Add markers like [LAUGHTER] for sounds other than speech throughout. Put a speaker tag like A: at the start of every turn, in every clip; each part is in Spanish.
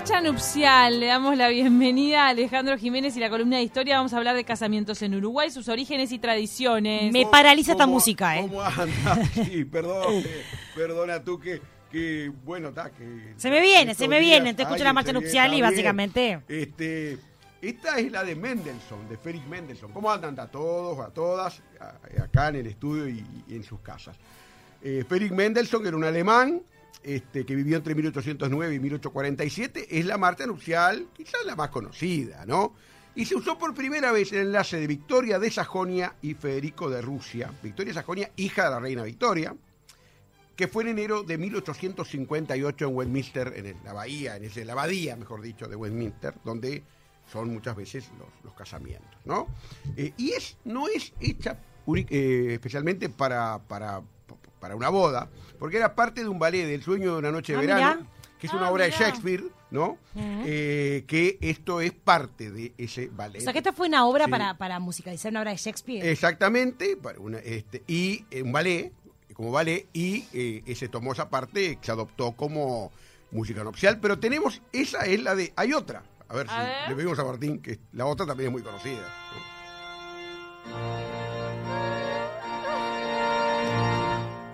A: Fiesta nupcial, le damos la bienvenida a Alejandro Jiménez y la columna de historia. Vamos a hablar de casamientos en Uruguay, sus orígenes y tradiciones.
B: Me paraliza esta música, ¿eh?
C: ¿Cómo
B: [LAUGHS]
C: anda? Sí, perdón, eh, perdona tú que, que bueno, está que...
B: Se me viene,
C: estos
B: se me
C: días-
B: viene, te escucho
C: ay,
B: la marcha
C: se viene,
B: nupcial y
C: está
B: básicamente-
C: Este, esta es la de Mendelssohn, de Félix Mendelssohn. ¿Cómo andan a todos, a todas, a- acá en el estudio y, y en sus casas? Eh, Félix Mendelssohn era un alemán este, que vivió entre 1809 y 1847. Es la marcha nupcial, quizás la más conocida, ¿no? Y se usó por primera vez en el enlace de Victoria de Sajonia y Federico de Rusia. Victoria de Sajonia, hija de la reina Victoria, que fue en enero de 1858 en Westminster, en el- la bahía, en ese- la abadía, mejor dicho, de Westminster, donde son muchas veces los, los casamientos, ¿no? Eh, y es, no es hecha uni- eh, especialmente para, para, para una boda, porque era parte de un ballet del sueño de una noche de
B: Ah,
C: verano,
B: mirá.
C: que es una
A: Ah,
C: obra
A: mirá.
C: de Shakespeare, ¿no? Eh, que esto es parte de ese ballet.
B: O sea, que esta fue una obra
C: Eh, Sí.
B: para, para musicalizar una obra de Shakespeare.
C: Exactamente, para una, este, y eh, un ballet, como ballet, y eh, eh, se tomó esa parte, se adoptó como música nupcial, pero tenemos, esa es la de, hay otra, a ver
A: A
C: si
A: ver.
C: le pedimos a Martín, que la otra también es muy conocida. ¿no?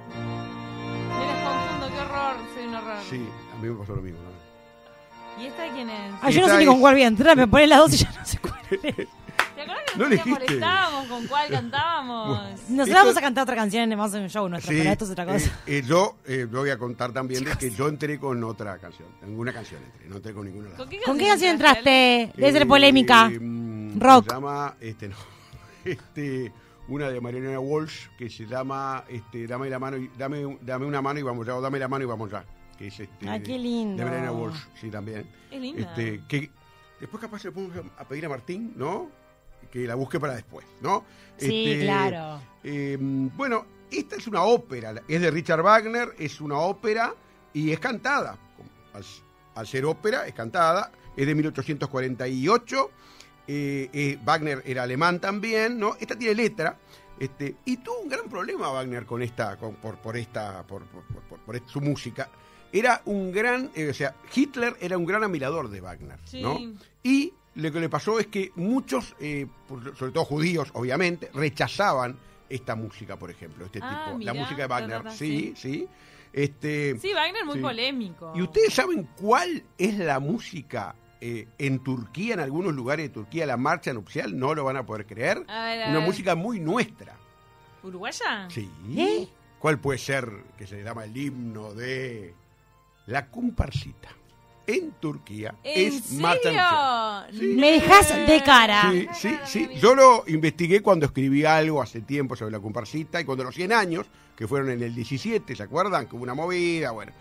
A: Me las confundo, qué horror, soy un horror.
C: Sí, a mí me pasó lo mismo. ¿no?
A: ¿Y esta de quién es?
B: Ay, Ah, yo no sé
C: Esta
B: ni con
C: es-
B: cuál voy a entrar, me ponen las dos y yo no sé cuál.
C: [LAUGHS]
A: ¿Te acuerdas que
C: No
A: nosotros
C: elegiste.
A: molestábamos con
C: [LAUGHS]
A: cuál cantábamos?
B: Nosotros
C: Esto-
B: vamos a cantar otra canción, vamos a hacer un show nuestro,
C: Sí,
B: pero esto es otra cosa.
C: eh, eh, yo eh, voy a contar también de que yo entré con otra canción, ninguna canción entré, no entré con ninguna. de las dos.
B: ¿Con qué canción entraste? Debe ser
C: Eh,
B: polémica.
C: mm,
B: Rock.
C: Se llama, este, no, [LAUGHS] este, una de Mariana Walsh que se llama, este, dame la mano, y, dame, un- dame una mano y vamos ya, o dame la mano y vamos ya. Que es este.
B: Ay, Ah, qué
C: de-
B: lindo.
C: De Mariana Walsh, sí, también.
A: Es linda.
C: Este, que después capaz le podemos a pedir a Martín, ¿no? Que la busque para después, ¿no? Este,
B: Sí, claro.
C: eh, bueno, esta es una ópera, es de Richard Wagner, es una ópera y es cantada. Al, al ser ópera, es cantada, es de 1848. eh, eh, Wagner era alemán también, ¿no? Esta tiene letra. Este, y tuvo un gran problema Wagner con esta, con- por, por esta, por, por- por- por- por su música. Era un gran, eh, o sea, Hitler era un gran admirador de Wagner,
A: Sí.
C: ¿no? Y lo que le pasó es que muchos, eh, por- sobre todo judíos, obviamente, rechazaban esta música, por ejemplo, este
A: Ah,
C: tipo,
A: mirá,
C: la música de Wagner,
A: ta, ta, ta,
C: sí, sí. Este,
A: Sí, Wagner muy
C: Sí.
A: polémico.
C: ¿Y ustedes saben cuál es la música eh, en Turquía, en algunos lugares de Turquía, la marcha nupcial? No lo van a poder creer.
A: A ver, Ah. a
C: Una
A: ver.
C: música muy nuestra.
A: ¿Uruguaya?
C: Sí.
B: ¿Eh?
C: ¿Cuál puede ser que se llama el himno de la comparsita? En Turquía
A: ¿En
C: es marcha nupcial.
A: serio?
B: Me dejas de cara.
C: Sí, sí, sí. Yo lo investigué cuando escribí algo hace tiempo sobre la comparsita y cuando los 100 años, que fueron en el 17, ¿se acuerdan? Que hubo una movida, bueno.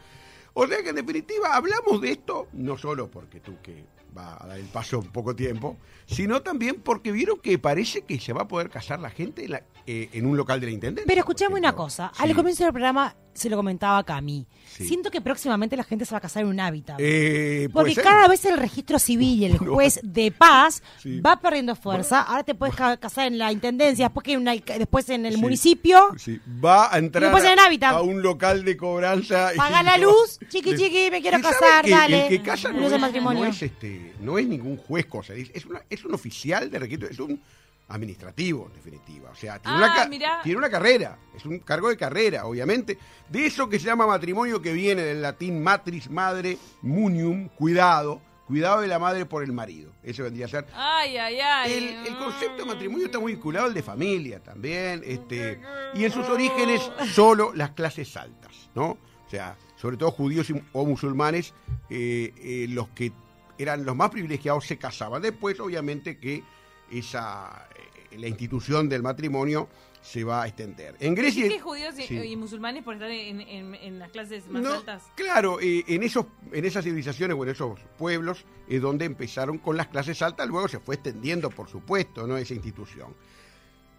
C: O sea que en definitiva hablamos de esto no solo porque tú que va a dar el paso en poco tiempo, sino también porque vieron que parece que se va a poder casar la gente en, la- eh, en un local de la intendencia.
B: Pero
C: por
B: escuchame una
C: ejemplo.
B: cosa.
C: Sí.
B: Al comienzo del programa se lo comentaba a Cami.
C: Sí.
B: Siento que próximamente la gente se va a casar en un hábitat.
C: Eh, puede
B: Porque
C: ser.
B: cada vez el registro civil y el juez de paz
C: Sí.
B: va perdiendo fuerza. Ahora te puedes ca- casar en la intendencia, después, que en, una alca- después en el
C: Sí.
B: municipio.
C: Sí, va a entrar
B: Después en el
C: a,
B: hábitat.
C: a un local de cobranza. y
B: Paga la
C: [LAUGHS] no-
B: luz, chiqui,
C: Le-
B: chiqui, me quiero
C: ¿Y sabe
B: casar,
C: que
B: dale.
C: El que casa no
B: Luz
C: es,
B: de matrimonio.
C: no es, este, no es ningún juez, cosa. Es, es una- es un oficial de requisito, es un administrativo, en definitiva. O sea, tiene,
A: Ah,
C: una, ca-
A: mirá.
C: tiene una carrera, es un cargo de carrera, obviamente. De eso que se llama matrimonio, que viene del latín matris, madre, munium, cuidado, cuidado de la madre por el marido. Eso vendría a ser.
A: Ay, ay, ay. mm.
C: El, el concepto de matrimonio está muy vinculado al de familia también, este, y en sus orígenes solo las clases altas, ¿no? O sea, sobre todo judíos y- o musulmanes, eh, eh, los que eran los más privilegiados se casaban. Después, obviamente, que esa eh, la institución del matrimonio se va a extender. En Grecia
A: ¿Es que judíos y,
C: Sí.
A: y musulmanes por estar en, en- en las clases más
C: no,
A: altas?
C: Claro, eh, en, esos, en esas civilizaciones o en esos pueblos es donde empezaron con las clases altas, luego se fue extendiendo, por supuesto, ¿no? esa institución.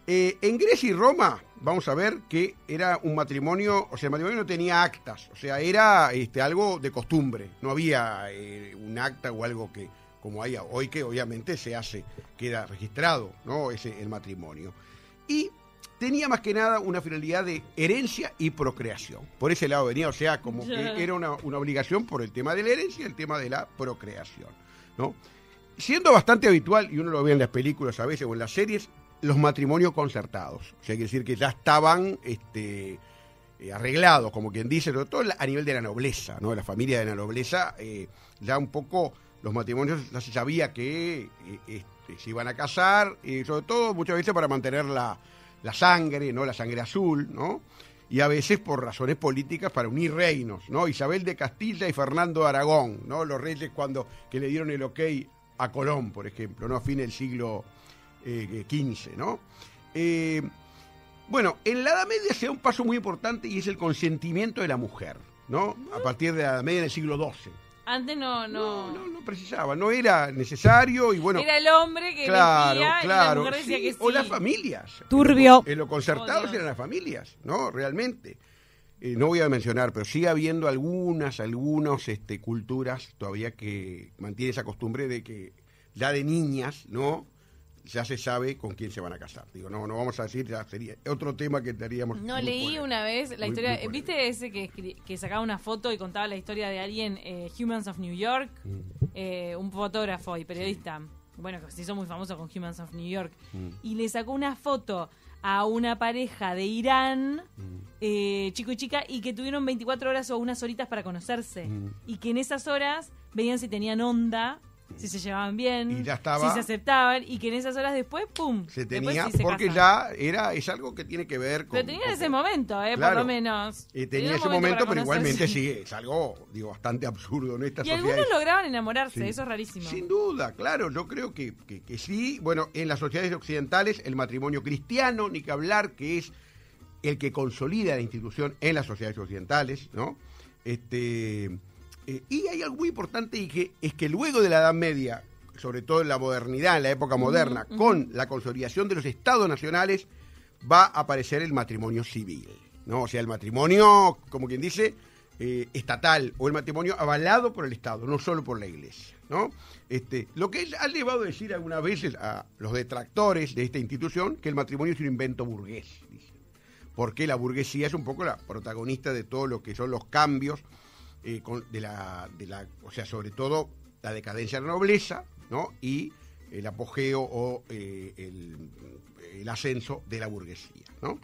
C: Eh, en Grecia y Roma, vamos a ver que era un matrimonio, o sea, el matrimonio no tenía actas, o sea, era este, algo de costumbre, no había eh, un acta o algo que, como hay hoy, que obviamente se hace, queda registrado, ¿no? Ese, el matrimonio. Y tenía más que nada una finalidad de herencia y procreación. Por ese lado venía, o sea, como
A: Ya.
C: que era una, una obligación por el tema de la herencia y el tema de la procreación. ¿no? Siendo bastante habitual, y uno lo ve en las películas a veces o en las series, los matrimonios concertados. O sea, hay que decir que ya estaban este, eh, arreglados, como quien dice, sobre todo la- a nivel de la nobleza, ¿no? La familia de la nobleza, eh, ya un poco los matrimonios ya se sabía que eh, este, se iban a casar, eh, sobre todo muchas veces para mantener la, la sangre, ¿no? La sangre azul, ¿no? Y a veces por razones políticas para unir reinos, ¿no? Isabel de Castilla y Fernando de Aragón, ¿no? Los reyes cuando que le dieron el ok a Colón, por ejemplo, ¿no? A fines del siglo eh, XV, ¿no? Eh, bueno, en la Edad Media se da un paso muy importante y es el consentimiento de la mujer, ¿no? A partir de la Edad Media del siglo XII.
A: Antes no, no.
C: No, no, no precisaba, no era necesario y bueno.
A: Era el hombre que
C: claro,
A: elegía
C: claro.
A: y la mujer decía
C: sí,
A: que sí.
C: O las familias.
B: Turbio.
C: En lo
A: Oh,
C: concertados
A: Dios.
C: eran las familias, ¿no? Realmente. Eh, no voy a mencionar, pero sigue habiendo algunas, algunas este, culturas todavía que mantiene esa costumbre de que ya de niñas, ¿no? Ya se sabe con quién se van a casar. Digo, no, no vamos a decir, ya sería otro tema que daríamos.
A: No
C: muy
A: leí
C: polémico.
A: una vez la
C: Muy,
A: historia.
C: muy polémico.
A: ¿Viste ese que, escri- que sacaba una foto y contaba la historia de alguien, eh, Humans of New York?
C: Mm.
A: Eh, un fotógrafo y periodista. Bueno, que se hizo muy famoso con Humans of New York.
C: Mm,
A: Y le sacó una foto a una pareja de Irán,
C: mm.
A: eh, chico y chica, y que tuvieron 24 horas o unas horitas para conocerse.
C: Mm.
A: Y que en esas horas veían si tenían onda. Si se llevaban bien,
C: Y ya estaba.
A: si se aceptaban, y que en esas horas después, ¡pum!
C: Se
A: Después
C: tenía,
A: sí se
C: porque
A: casan.
C: ya era, es algo que tiene que ver con.
A: Pero tenía en
C: con-
A: ese momento, ¿eh?
C: Claro.
A: Por lo menos.
C: Eh, tenía
A: un
C: ese momento,
A: para
C: pero
A: conocerse.
C: igualmente sí, es algo, digo, bastante absurdo en esta
A: Y
C: sociedad.
A: algunos lograban enamorarse,
C: Sí.
A: eso es rarísimo.
C: Sin duda, claro, yo creo que, que- que sí. Bueno, en las sociedades occidentales, el matrimonio cristiano, ni que hablar, que es el que consolida la institución en las sociedades occidentales, ¿no? Este, eh, y hay algo muy importante y que es que luego de la Edad Media, sobre todo en la modernidad, en la época moderna, con la consolidación de los estados nacionales, va a aparecer el matrimonio civil, ¿no? O sea, el matrimonio, como quien dice, eh, estatal o el matrimonio avalado por el Estado, no solo por la Iglesia, ¿no? Este, lo que ha llevado a decir algunas veces a los detractores de esta institución que el matrimonio es un invento burgués, dicen porque la burguesía es un poco la protagonista de todo lo que son los cambios eh, con- de, la, de la, o sea, sobre todo la decadencia de la nobleza, ¿no? Y el apogeo o eh, el, el ascenso de la burguesía, ¿no?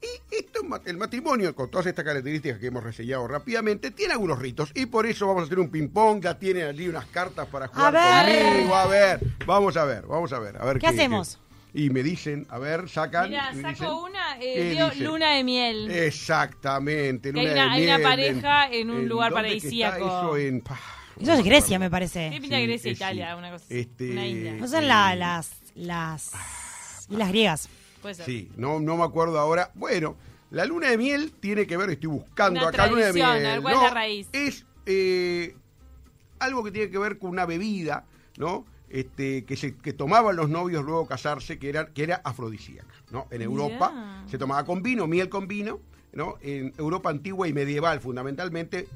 C: Y esto, ma- el matrimonio, con todas estas características que hemos reseñado rápidamente, tiene algunos ritos. Y por eso vamos a hacer un ping-pong. Ya tienen allí unas cartas para jugar
B: ver.
C: conmigo. A ver, vamos a ver, vamos a ver. A ver
B: ¿Qué hacemos?
C: Y me dicen, a ver, sacan.
A: Mira,
C: me
A: saco
C: dicen-
A: una, eh,
C: ¿Qué
A: leo
C: dicen?
A: Luna de Miel.
C: Exactamente.
A: Que hay
C: luna
A: una-
C: de
A: hay una
C: miel,
A: pareja en un lugar
C: ¿dónde que está
A: paradisíaco.
C: eso? En- pa,
B: Eso es
C: no
B: Grecia, me
C: acuerdo.
A: ¿Qué
B: parece.
A: pinta
C: Sí,
A: Grecia,
C: eh,
A: Italia?
C: sí.
A: Una cosa
C: Este-
A: Una India.
B: No son la- las, las islas griegas.
A: Puede ser.
C: Sí, no, no me acuerdo ahora. Bueno, la luna de miel tiene que ver, estoy buscando
A: Una
C: acá luna de
A: tradición, a
C: miel.
A: ver, ¿cuál es
C: no,
A: la raíz?
C: Es eh, algo que tiene que ver con una bebida, ¿no? Este, que, se, que tomaban los novios luego casarse, que era, que era afrodisíaca, ¿no? En Europa
A: Mirá.
C: se tomaba con vino, miel con vino, ¿no? En Europa antigua y medieval, fundamentalmente,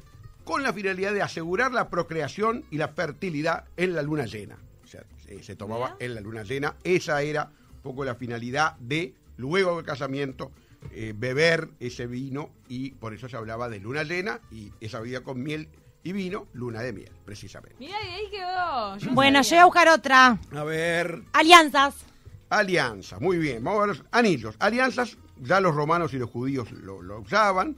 C: con la finalidad de asegurar la procreación y la fertilidad en la luna llena. O sea, se, se tomaba en la luna llena. Esa era un poco la finalidad de, luego del casamiento, eh, beber ese vino y por eso se hablaba de luna llena y esa vida con miel y vino, luna de miel, precisamente.
A: Mirá, y ahí quedó. Yo no
B: Bueno, yo voy
A: sabía.
B: a buscar otra.
C: A ver,
B: Alianzas.
C: Alianzas, muy bien, vamos a ver los anillos. Alianzas, ya los romanos y los judíos lo, lo usaban.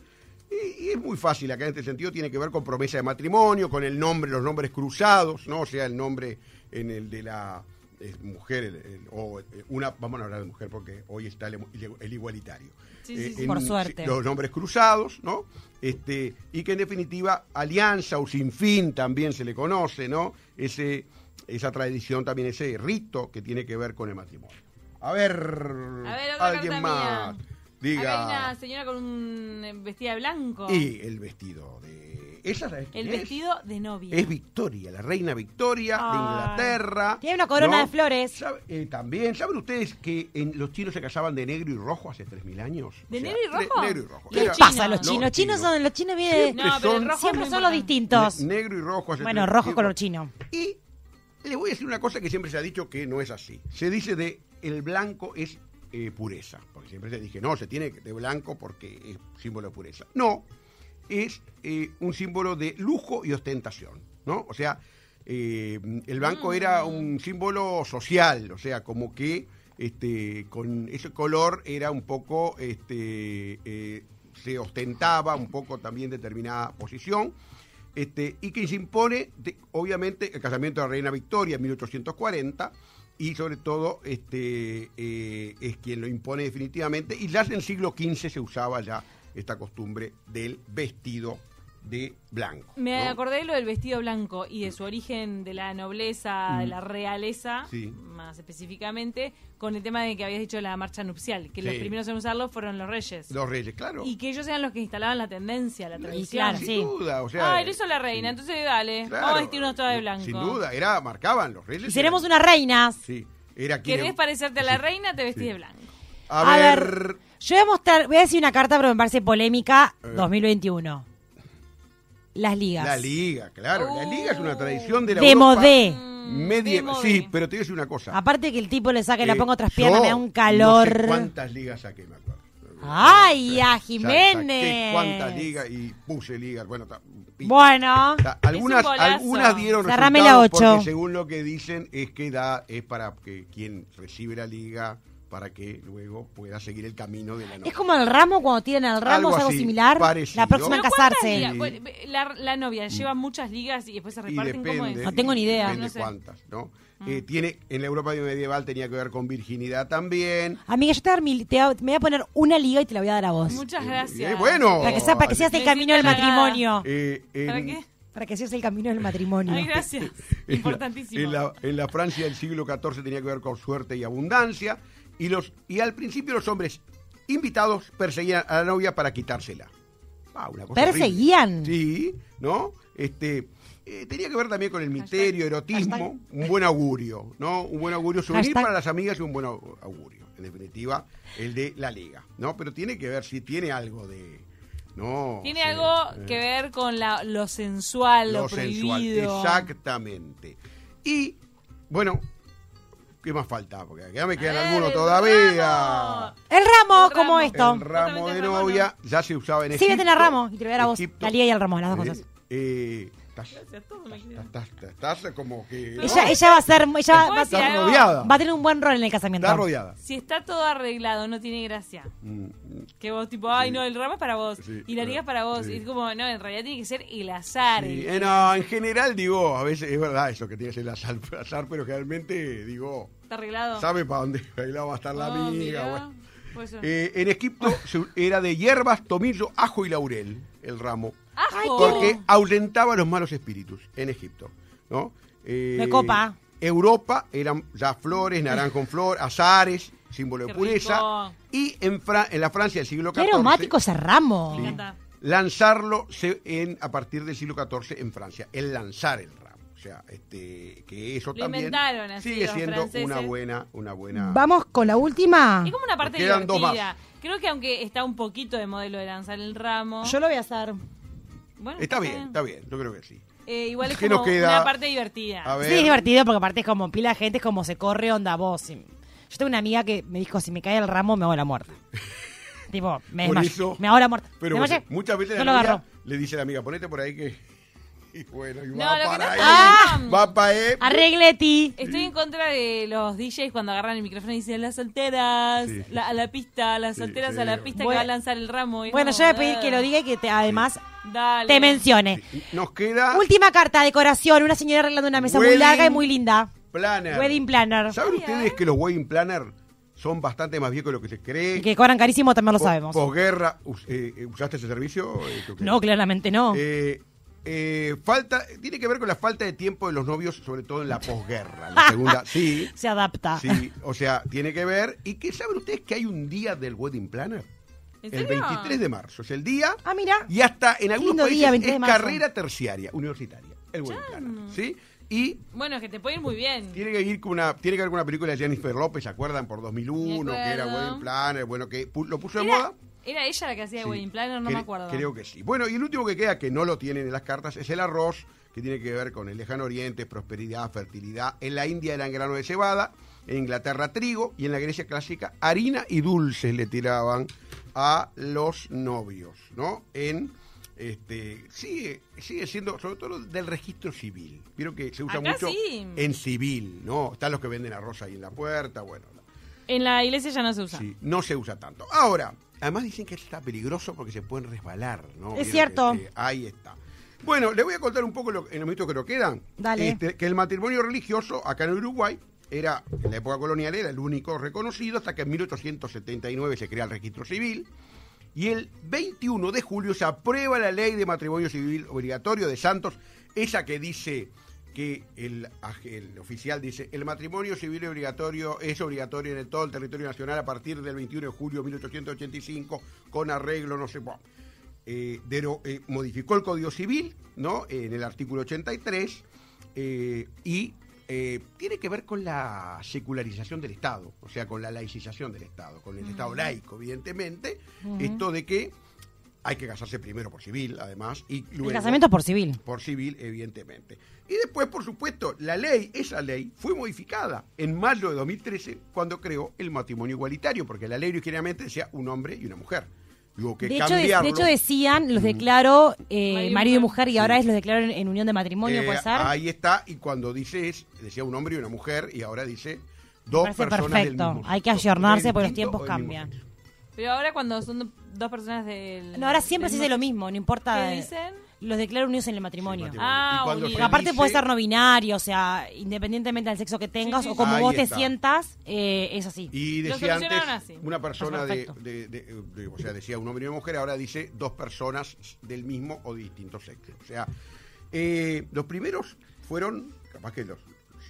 C: Y, y es muy fácil acá en este sentido, tiene que ver con promesa de matrimonio, con el nombre, los nombres cruzados, ¿no? O sea, el nombre en el de la eh, mujer, el- el- o eh, una, vamos a hablar de mujer porque hoy está el, el igualitario. Eh,
A: Sí, sí, sí.
B: Por suerte.
C: Los nombres cruzados, ¿no? Este, y que en definitiva, alianza o sin fin también se le conoce, ¿no? Ese, esa tradición, también ese rito que tiene que ver con el matrimonio. A ver,
A: A ver, otra
C: alguien
A: carta
C: más.
A: mía. Acá hay
C: Diga.
A: una señora con un eh, vestida de blanco.
C: Y el vestido de. ¿Esa sabes quién
A: el
C: es?
A: vestido de novia.
C: Es Victoria, la reina Victoria de
A: Ay.
C: Inglaterra.
B: Tiene una corona de flores.
C: ¿Sabe- eh, también, ¿saben ustedes que en- los chinos se casaban de negro y rojo hace 3.000 años?
A: ¿De
C: O sea,
A: negro y
C: tre-
A: rojo?
C: negro y rojo.
A: ¿Qué
B: ¿Qué
A: Era-
B: les
A: Los
B: pasa a los
A: chinos.
B: chinos? Chinos son los chinos vienen de-
A: No, pero el
C: son-
A: rojo
B: siempre
A: es muy
B: son los
A: importante.
B: distintos.
C: Ne- negro y rojo. hace
B: Bueno,
C: tres-
B: rojo
C: sí,
B: color chino.
C: Y les voy a decir una cosa que siempre se ha dicho que no es así. Se dice de el blanco es eh, pureza. Porque siempre se dije, no, se tiene de blanco porque es símbolo de pureza. No, es eh, un símbolo de lujo y ostentación, ¿no? O sea, eh, el blanco
B: Ah.
C: era un símbolo social, o sea, como que este, con ese color era un poco, este, eh, se ostentaba un poco también determinada posición. Este, y que se impone, de- obviamente, el casamiento de la reina Victoria en 1840, y sobre todo este, eh, es quien lo impone definitivamente, y ya en el siglo XV se usaba ya esta costumbre del vestido de blanco.
A: Me
C: ¿no?
A: acordé de lo del vestido blanco y de su origen de la nobleza, de la realeza,
C: Mm. Sí.
A: más específicamente, con el tema de que habías dicho la marcha nupcial, que los
C: Sí.
A: primeros en usarlo fueron los reyes.
C: Los reyes, claro.
A: Y que ellos eran los que instalaban la tendencia, la tradición.
B: claro,
C: sin
B: sí.
C: duda, o sea.
A: Ah, eres la reina, entonces dale,
C: claro,
A: vamos a vestirnos todas de blanco.
C: Sin duda, era, marcaban los reyes.
B: Y seremos
C: eran-
B: unas reinas.
C: Sí, era quien.
A: ¿Querés parecerte a la reina? Te vestís
C: Sí.
A: de blanco.
C: A,
B: A
C: ver,
B: ver. Yo voy a mostrar, voy a decir una carta, pero me parece polémica, 2021. Las ligas.
C: la liga, claro. La liga es una
A: Uh.
C: tradición de la
B: de
C: Europa
B: modé.
A: Mm,
C: Medieval.
A: de
C: Sí,
A: modé.
C: pero te voy a decir una cosa.
B: Aparte Ah, que el tipo le saca y la
C: Eh,
B: pongo otras piernas,
C: yo
B: me da un
C: No sé
B: calor.
C: ¿Cuántas ligas saqué, me acuerdo?
B: ¡Ay, a
C: Sa- saqué
B: Jiménez!
C: ¿Cuántas ligas? Y puse ligas. Bueno, ta- y-
B: bueno,
C: ta- algunas,
A: Es un golazo.
C: algunas dieron
B: Cerrame
C: resultado
B: la ocho.
C: porque según lo que dicen es que da es para que quien recibe la liga para que luego pueda seguir el camino de la noche.
B: es como el ramo, cuando tiran al ramo,
C: Algo
B: es algo
C: así,
B: similar.
C: parecido.
B: La próxima en
C: Pero
A: ¿Cuántas
B: casarse.
A: ligas? Bueno, La, la novia lleva muchas ligas y después se
C: y
A: reparten como
C: depende
A: es.
B: No Mm. tengo ni idea.
C: depende
A: No sé.
C: cuántas no Eh, tiene en la Europa medieval tenía que ver con virginidad también
B: Amiga, yo te, voy a dar mi- te voy a- me voy a poner una liga y te la voy a dar a vos.
A: Muchas
C: Eh,
A: gracias.
C: eh, bueno.
B: Para que seas, para que seas el
A: Me
B: camino del
A: hiciste cagada.
B: matrimonio.
C: Eh, en-
A: ¿Para qué?
B: Para que seas el camino del matrimonio.
A: Ay, gracias.
C: [LAUGHS] En la-
A: Importantísimo.
C: En la, en la Francia del siglo XIV tenía que ver con suerte y abundancia. Y, los, y al principio los hombres invitados perseguían a la novia para quitársela. Ah, una cosa
B: ¿Perseguían?
C: horrible. Sí, ¿no? Este, eh, tenía que ver también con el misterio, erotismo, un buen augurio, ¿no? Un buen augurio souvenir
B: Hashtag.
C: para las amigas y un buen au- augurio. En definitiva, el de la liga, ¿no? Pero tiene que ver, si tiene algo de... No,
A: Tiene
C: Sí,
A: algo
C: eh
A: que ver con la, lo sensual, lo, prohibido.
C: sensual, exactamente. Y, bueno, ¿qué más falta? Porque acá me quedan
A: Eh,
C: algunos
A: el
C: todavía.
A: ramo.
B: El ramo,
A: El
B: como
A: ramo.
B: esto.
C: El ramo
A: Justamente
C: de
A: el ramo,
C: novia ya se usaba en
B: Sí,
C: Egipto.
B: voy a tener ramo y te lo voy a dar a vos.
C: Egipto.
B: La liga y el ramo, las dos
C: Eh,
B: cosas.
C: eh, estás,
A: Gracias, todo me queda.
C: estás- estás- estás como que...
B: Ella, ella va a ser, ella
A: ¿Te puedo
B: va, va a
A: decir
B: ser-
C: Está
A: algo?
C: rodeada.
B: va a tener un buen rol en el casamiento.
C: Está rodeada.
A: Si está todo arreglado, no tiene gracia.
C: Mm,
A: Que vos, tipo, ay, no, el ramo es para vos.
C: Sí,
A: y la liga
C: claro,
A: es para vos.
C: sí.
A: Y es como, no, en realidad tiene que ser el azar.
C: sí.
A: el-
C: Eh, no, en general digo, a veces es verdad eso que tienes el azar, azar, pero generalmente digo,
A: Está arreglado.
C: sabe para dónde bailaba va a estar la
A: Ah,
C: amiga.
A: mirá.
C: bueno.
A: Puede ser.
C: Eh, en Egipto
A: Ah.
C: se- era de hierbas, tomillo, ajo y laurel el ramo.
A: Ajo.
B: Ay, qué
C: Porque ahuyentaba los malos espíritus en Egipto. ¿no? Eh,
B: Me copa.
C: Europa eran ya flores, naranjo en flor, azares, símbolo de
A: Qué
C: pureza.
A: rico.
C: Y en, Fra- en la Francia del siglo
B: Qué
C: XIV.
B: aromático ese ramo.
A: Me
C: Sí.
A: encanta.
C: Lanzarlo se- en, a partir del siglo XIV en Francia, el lanzar el ramo. O sea, este, que eso
A: Lo
C: también
A: inventaron así
C: sigue
A: los
C: siendo una
A: franceses.
C: buena, una buena.
B: Vamos con la última.
A: Es como una parte
C: Nos quedan dos
A: divertida.
C: más.
A: Creo que aunque está un poquito de modelo de lanzar el ramo.
B: Yo lo voy a hacer.
A: bueno,
C: Está bien, está bien, yo creo que sí.
A: Eh, igual es
C: ¿Qué
A: como
C: nos queda?
A: una parte divertida.
C: A ver.
B: Sí, es divertido porque aparte es como pila de gente, es como se corre onda vos. Si- Yo tengo una amiga que me dijo, si me cae el ramo, me hago la
C: [LAUGHS]
B: muerta. tipo, me
C: Por
B: desmayo.
C: eso-
B: me hago la muerta.
C: Pero
B: Me
C: bueno,
B: desmayé.
C: muchas veces
B: No
C: la
B: lo
C: novia
B: agarro.
C: le dice a la amiga, ponete por ahí que. [LAUGHS] Y bueno, y
A: No,
C: va
A: lo que
C: para
A: pasa
C: ahí.
A: es que no.
C: Va para ahí.
B: Arregleti.
A: Estoy en contra de los DJs cuando agarran el micrófono y dicen las solteras
C: Sí.
A: la- a la pista, las
C: Sí,
A: solteras
C: sí.
A: a la pista
B: Bueno.
A: que va a lanzar el ramo. Y
B: Bueno,
A: no,
B: yo voy a pedir
A: ah,
B: que lo diga y que te- además
A: Dale.
B: te mencione.
C: Nos queda
B: Última carta, decoración. Una señora arreglando una mesa muy
C: Ah. Wedding-
B: larga y muy linda.
C: planner.
B: Wedding planner.
C: ¿Saben
A: Ay,
C: ustedes
A: ay.
C: que los wedding planner son bastante más viejos de lo que se cree?
B: Y que cobran carísimo también lo
C: Po-
B: sabemos.
C: Posguerra, us- eh, eh, ¿usaste ese servicio? eh, Tuque?
B: No, claramente no.
C: Eh, eh, falta, tiene que ver con la falta de tiempo de los novios, sobre todo en la posguerra, en la
B: [LAUGHS]
C: segunda. Sí,
B: Se adapta.
C: sí, o sea, tiene que ver. ¿Y que saben ustedes que hay un día del wedding planner?
A: ¿En
C: El
A: serio?
C: 23 de marzo es el día
B: Ah, mira.
C: y hasta en algunos
B: lindo día,
C: países
B: 23 de
C: es
B: marzo.
C: carrera terciaria, universitaria, el buen plan, ¿sí? Y
A: Bueno, es que te puede ir muy bien.
C: tiene que ir con una tiene que ver con una película de Jennifer López, ¿se acuerdan? Por 2001,
A: Me
C: que era
A: acuerdo.
C: buen planner, bueno, que pu- lo puso de moda.
A: Era, era ella la que hacía
C: Sí,
A: Wedding Planner, no
C: cre-
A: me acuerdo.
C: Creo que sí. Bueno, y el último que queda, que no lo tienen en las cartas, es el arroz, que tiene que ver con el lejano oriente, prosperidad, fertilidad. En la India eran grano de cebada en Inglaterra trigo y en la Grecia clásica harina y dulces le tiraban a los novios, ¿no? En este sigue sigue siendo sobre todo del registro civil. Vieron que se usa
A: Acá
C: mucho
A: sí.
C: en civil, ¿no? Están los que venden arroz ahí en la puerta, bueno.
A: En la iglesia ya no se usa.
C: Sí, no se usa tanto. Ahora, además dicen que está peligroso porque se pueden resbalar, ¿no? Vieron que,
B: cierto.
C: eh, ahí está. Bueno, le voy a contar un poco lo- en los minutos que nos quedan.
B: Dale.
C: este, que el matrimonio religioso acá en Uruguay era, en la época colonial, era el único reconocido hasta que en 1879 se crea el registro civil. Y el 21 de julio se aprueba la ley de matrimonio civil obligatorio de Santos, esa que dice que el, aj- el oficial dice el matrimonio civil obligatorio es obligatorio en el- todo el territorio nacional a partir del 21 de julio de 1885 con arreglo no sé cuál. Eh, dero- eh, modificó el Código Civil, ¿no? En el artículo 83 eh, y eh, tiene que ver con la secularización del Estado, o sea, con la laicización del Estado, con el Estado laico, evidentemente. Esto de que hay que casarse primero por civil, además, y luego
B: El casamiento por civil.
C: por civil, evidentemente. Y después, por supuesto, la ley, esa ley, fue modificada en mayo de 2013 cuando creó el matrimonio igualitario, porque la ley originariamente decía un hombre y una mujer. Y hubo que
B: De hecho, de- de,
C: cambiarlo. Mm.
B: hecho, decían, los declaro eh,
A: Marido y
B: marido y
A: mujer.
B: mujer, y ahora es los declaro en, en unión de matrimonio,
C: Eh,
B: ¿puede ser?
C: Ahí está, y cuando dice es, decía un hombre y una mujer, y ahora dice dos
B: parece
C: personas del
B: perfecto.
C: mismo
B: Hay que
C: sexo,
B: ayornarse
C: del
B: porque los
C: distinto
B: tiempos
C: o del mismo
B: cambian.
C: sexo.
A: Pero ahora cuando son dos personas del...
B: No, ahora siempre se
A: del
B: dice lo mismo, no importa.
A: ¿Qué dicen?
B: Los declaro unidos en el matrimonio.
C: Matrimonio.
A: Ah,
C: Y cuando
A: unido.
C: se
B: Porque aparte
C: dice-
B: puede ser no binario, o sea, independientemente del sexo que tengas
A: Sí, sí,
B: o como
C: sí.
B: vos
C: Ahí
B: te
C: está.
B: sientas, eh, es así.
C: Y
A: Lo
C: decía antes,
A: solucionaron así.
C: una persona de,
B: Perfecto.
C: de- de- de- O sea, decía un hombre y una mujer, ahora dice dos personas del mismo o distinto sexo. O sea, eh, los primeros fueron, capaz que los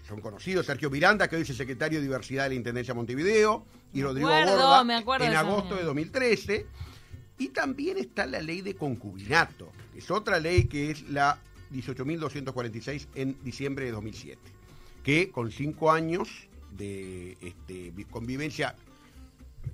C: son conocidos, Sergio Miranda, que hoy es el secretario de Diversidad de la Intendencia de Montevideo, y
A: Me
C: Rodrigo
A: acuerdo,
C: Borda,
A: me acuerdo
C: en
A: de esa
C: agosto
A: mañana.
C: de 2013. Y también está la ley de concubinato, que es otra ley que es la 18.246 en diciembre de 2007, que con cinco años de este, vi- convivencia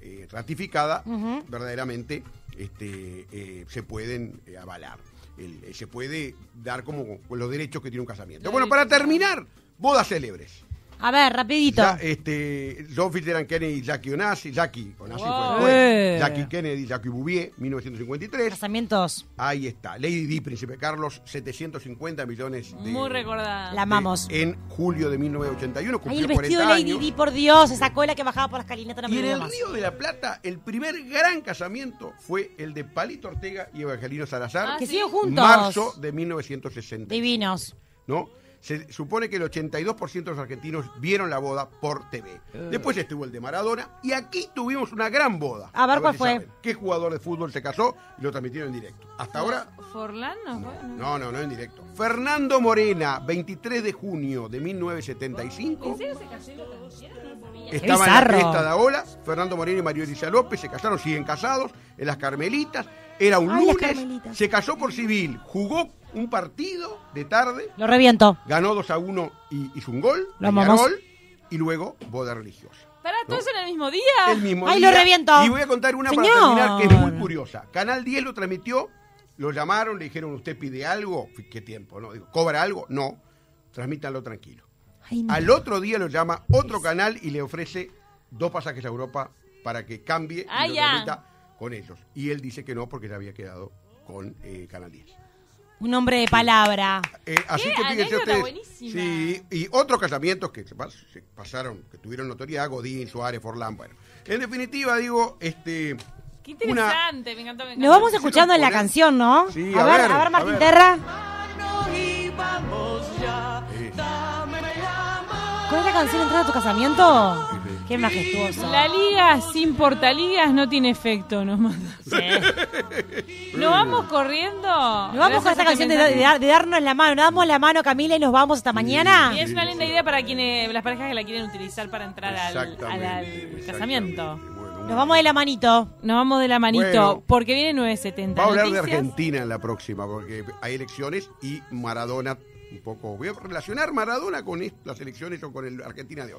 C: eh, ratificada, verdaderamente este, eh, se pueden eh, avalar. El- eh, se puede dar como los derechos que tiene un casamiento.
A: La
C: Bueno, para
A: virginidad.
C: terminar, bodas célebres.
B: A ver, rapidito.
C: Ya, este, John Fitzgerald Kennedy, Jackie Onassi, Jackie Onassi fue
A: Wow.
C: después.
B: Eh.
C: Jackie Kennedy, Jackie Bouvier, 1953.
B: Casamientos,
C: Ahí está, Lady Di, Príncipe Carlos, 750 millones de...
A: Muy recordada.
B: la amamos.
C: de- en julio de 1981,
B: Ahí
C: cumplió
B: el vestido de
C: 40
B: Lady
C: años.
B: Di, por Dios, esa cola que bajaba por la escalinata no me
C: Y en
B: olvido
C: el
B: más.
C: Río de la Plata, el primer gran casamiento fue el de Palito Ortega y Evangelino Salazar.
A: Ah,
B: Que
A: sí.
B: siguen juntos.
C: Marzo de 1960.
B: Divinos.
C: ¿no? Se supone que el 82% de los argentinos vieron la boda por TV. Después estuvo el de Maradona y aquí tuvimos una gran boda.
B: A ver, ¿cuál
C: si
B: fue?
C: saben ¿Qué jugador de fútbol se casó y lo transmitieron en directo? Hasta ahora
A: Forlán no, fue, ¿no?
C: no, no, no en directo. Fernando Morena, 23 de junio de 1975.
A: ¿En serio se cayó y lo transmitieron? No sabía.
C: Estaba en la
B: bizarro.
C: cresta de Ola, Fernando Moreno y María Elisa López se casaron, siguen casados, en las Carmelitas. Era un
B: Ay, las
C: lunes,
B: Carmelitas.
C: se casó por civil, jugó un partido de tarde,
B: Lo reviento.
C: ganó 2 a 1 y hizo un gol,
B: Lo amamos.
C: Peñarol, y luego boda religiosa.
A: ¿Para todo eso en el mismo día?
C: El mismo
B: ¡Ay,
C: día.
B: Ah, lo reviento!
C: Y voy a contar una para
B: Señor.
C: terminar que es muy curiosa. Canal 10 lo transmitió, lo llamaron, le dijeron, ¿usted pide algo? ¿Qué tiempo? No, digo, ¿cobra algo? No, transmítanlo tranquilo.
B: Ay, no.
C: Al otro día lo llama otro canal y le ofrece dos pasajes a Europa para que cambie
A: Ah,
C: y lo
A: ya.
C: transmita con ellos. Y él dice que no porque ya había quedado con eh, Canal 10.
B: Un hombre de palabra.
C: Eh, así
A: Qué
C: que fíjense
A: anécdota
C: ustedes.
A: buenísima.
C: Sí, y otros casamientos que se pas- se pasaron, que tuvieron notoriedad, Godín, Suárez, Forlán, bueno. En definitiva, digo, este.
A: Qué
C: una-
A: interesante, me encantó. Me encantó.
B: Nos vamos escuchando en la
C: poner-
B: canción, ¿no?
C: Sí,
B: a,
C: a
B: ver,
C: ver,
B: a ver,
C: a
B: Martín
C: ver.
B: Terra.
C: eh,
B: Con esta canción entrando a tu casamiento. Qué majestuoso.
A: La liga sin portaligas no tiene efecto, nos manda. Nos vamos corriendo.
B: Nos vamos con esta canción de, de dar- de darnos la mano. Nos damos la mano, Camila, y nos vamos hasta mañana.
A: Y es una linda idea para quienes las parejas que la quieren utilizar para entrar al, al-
C: exactamente,
A: al
C: exactamente.
A: casamiento.
C: Bueno,
B: Nos vamos de la manito.
A: Nos vamos de la manito
C: Bueno.
A: porque viene 970.
C: Va a hablar de
A: Noticias.
C: Argentina en la próxima, porque hay elecciones y Maradona un poco. Voy a relacionar Maradona con est- las elecciones o con el Argentina de hoy.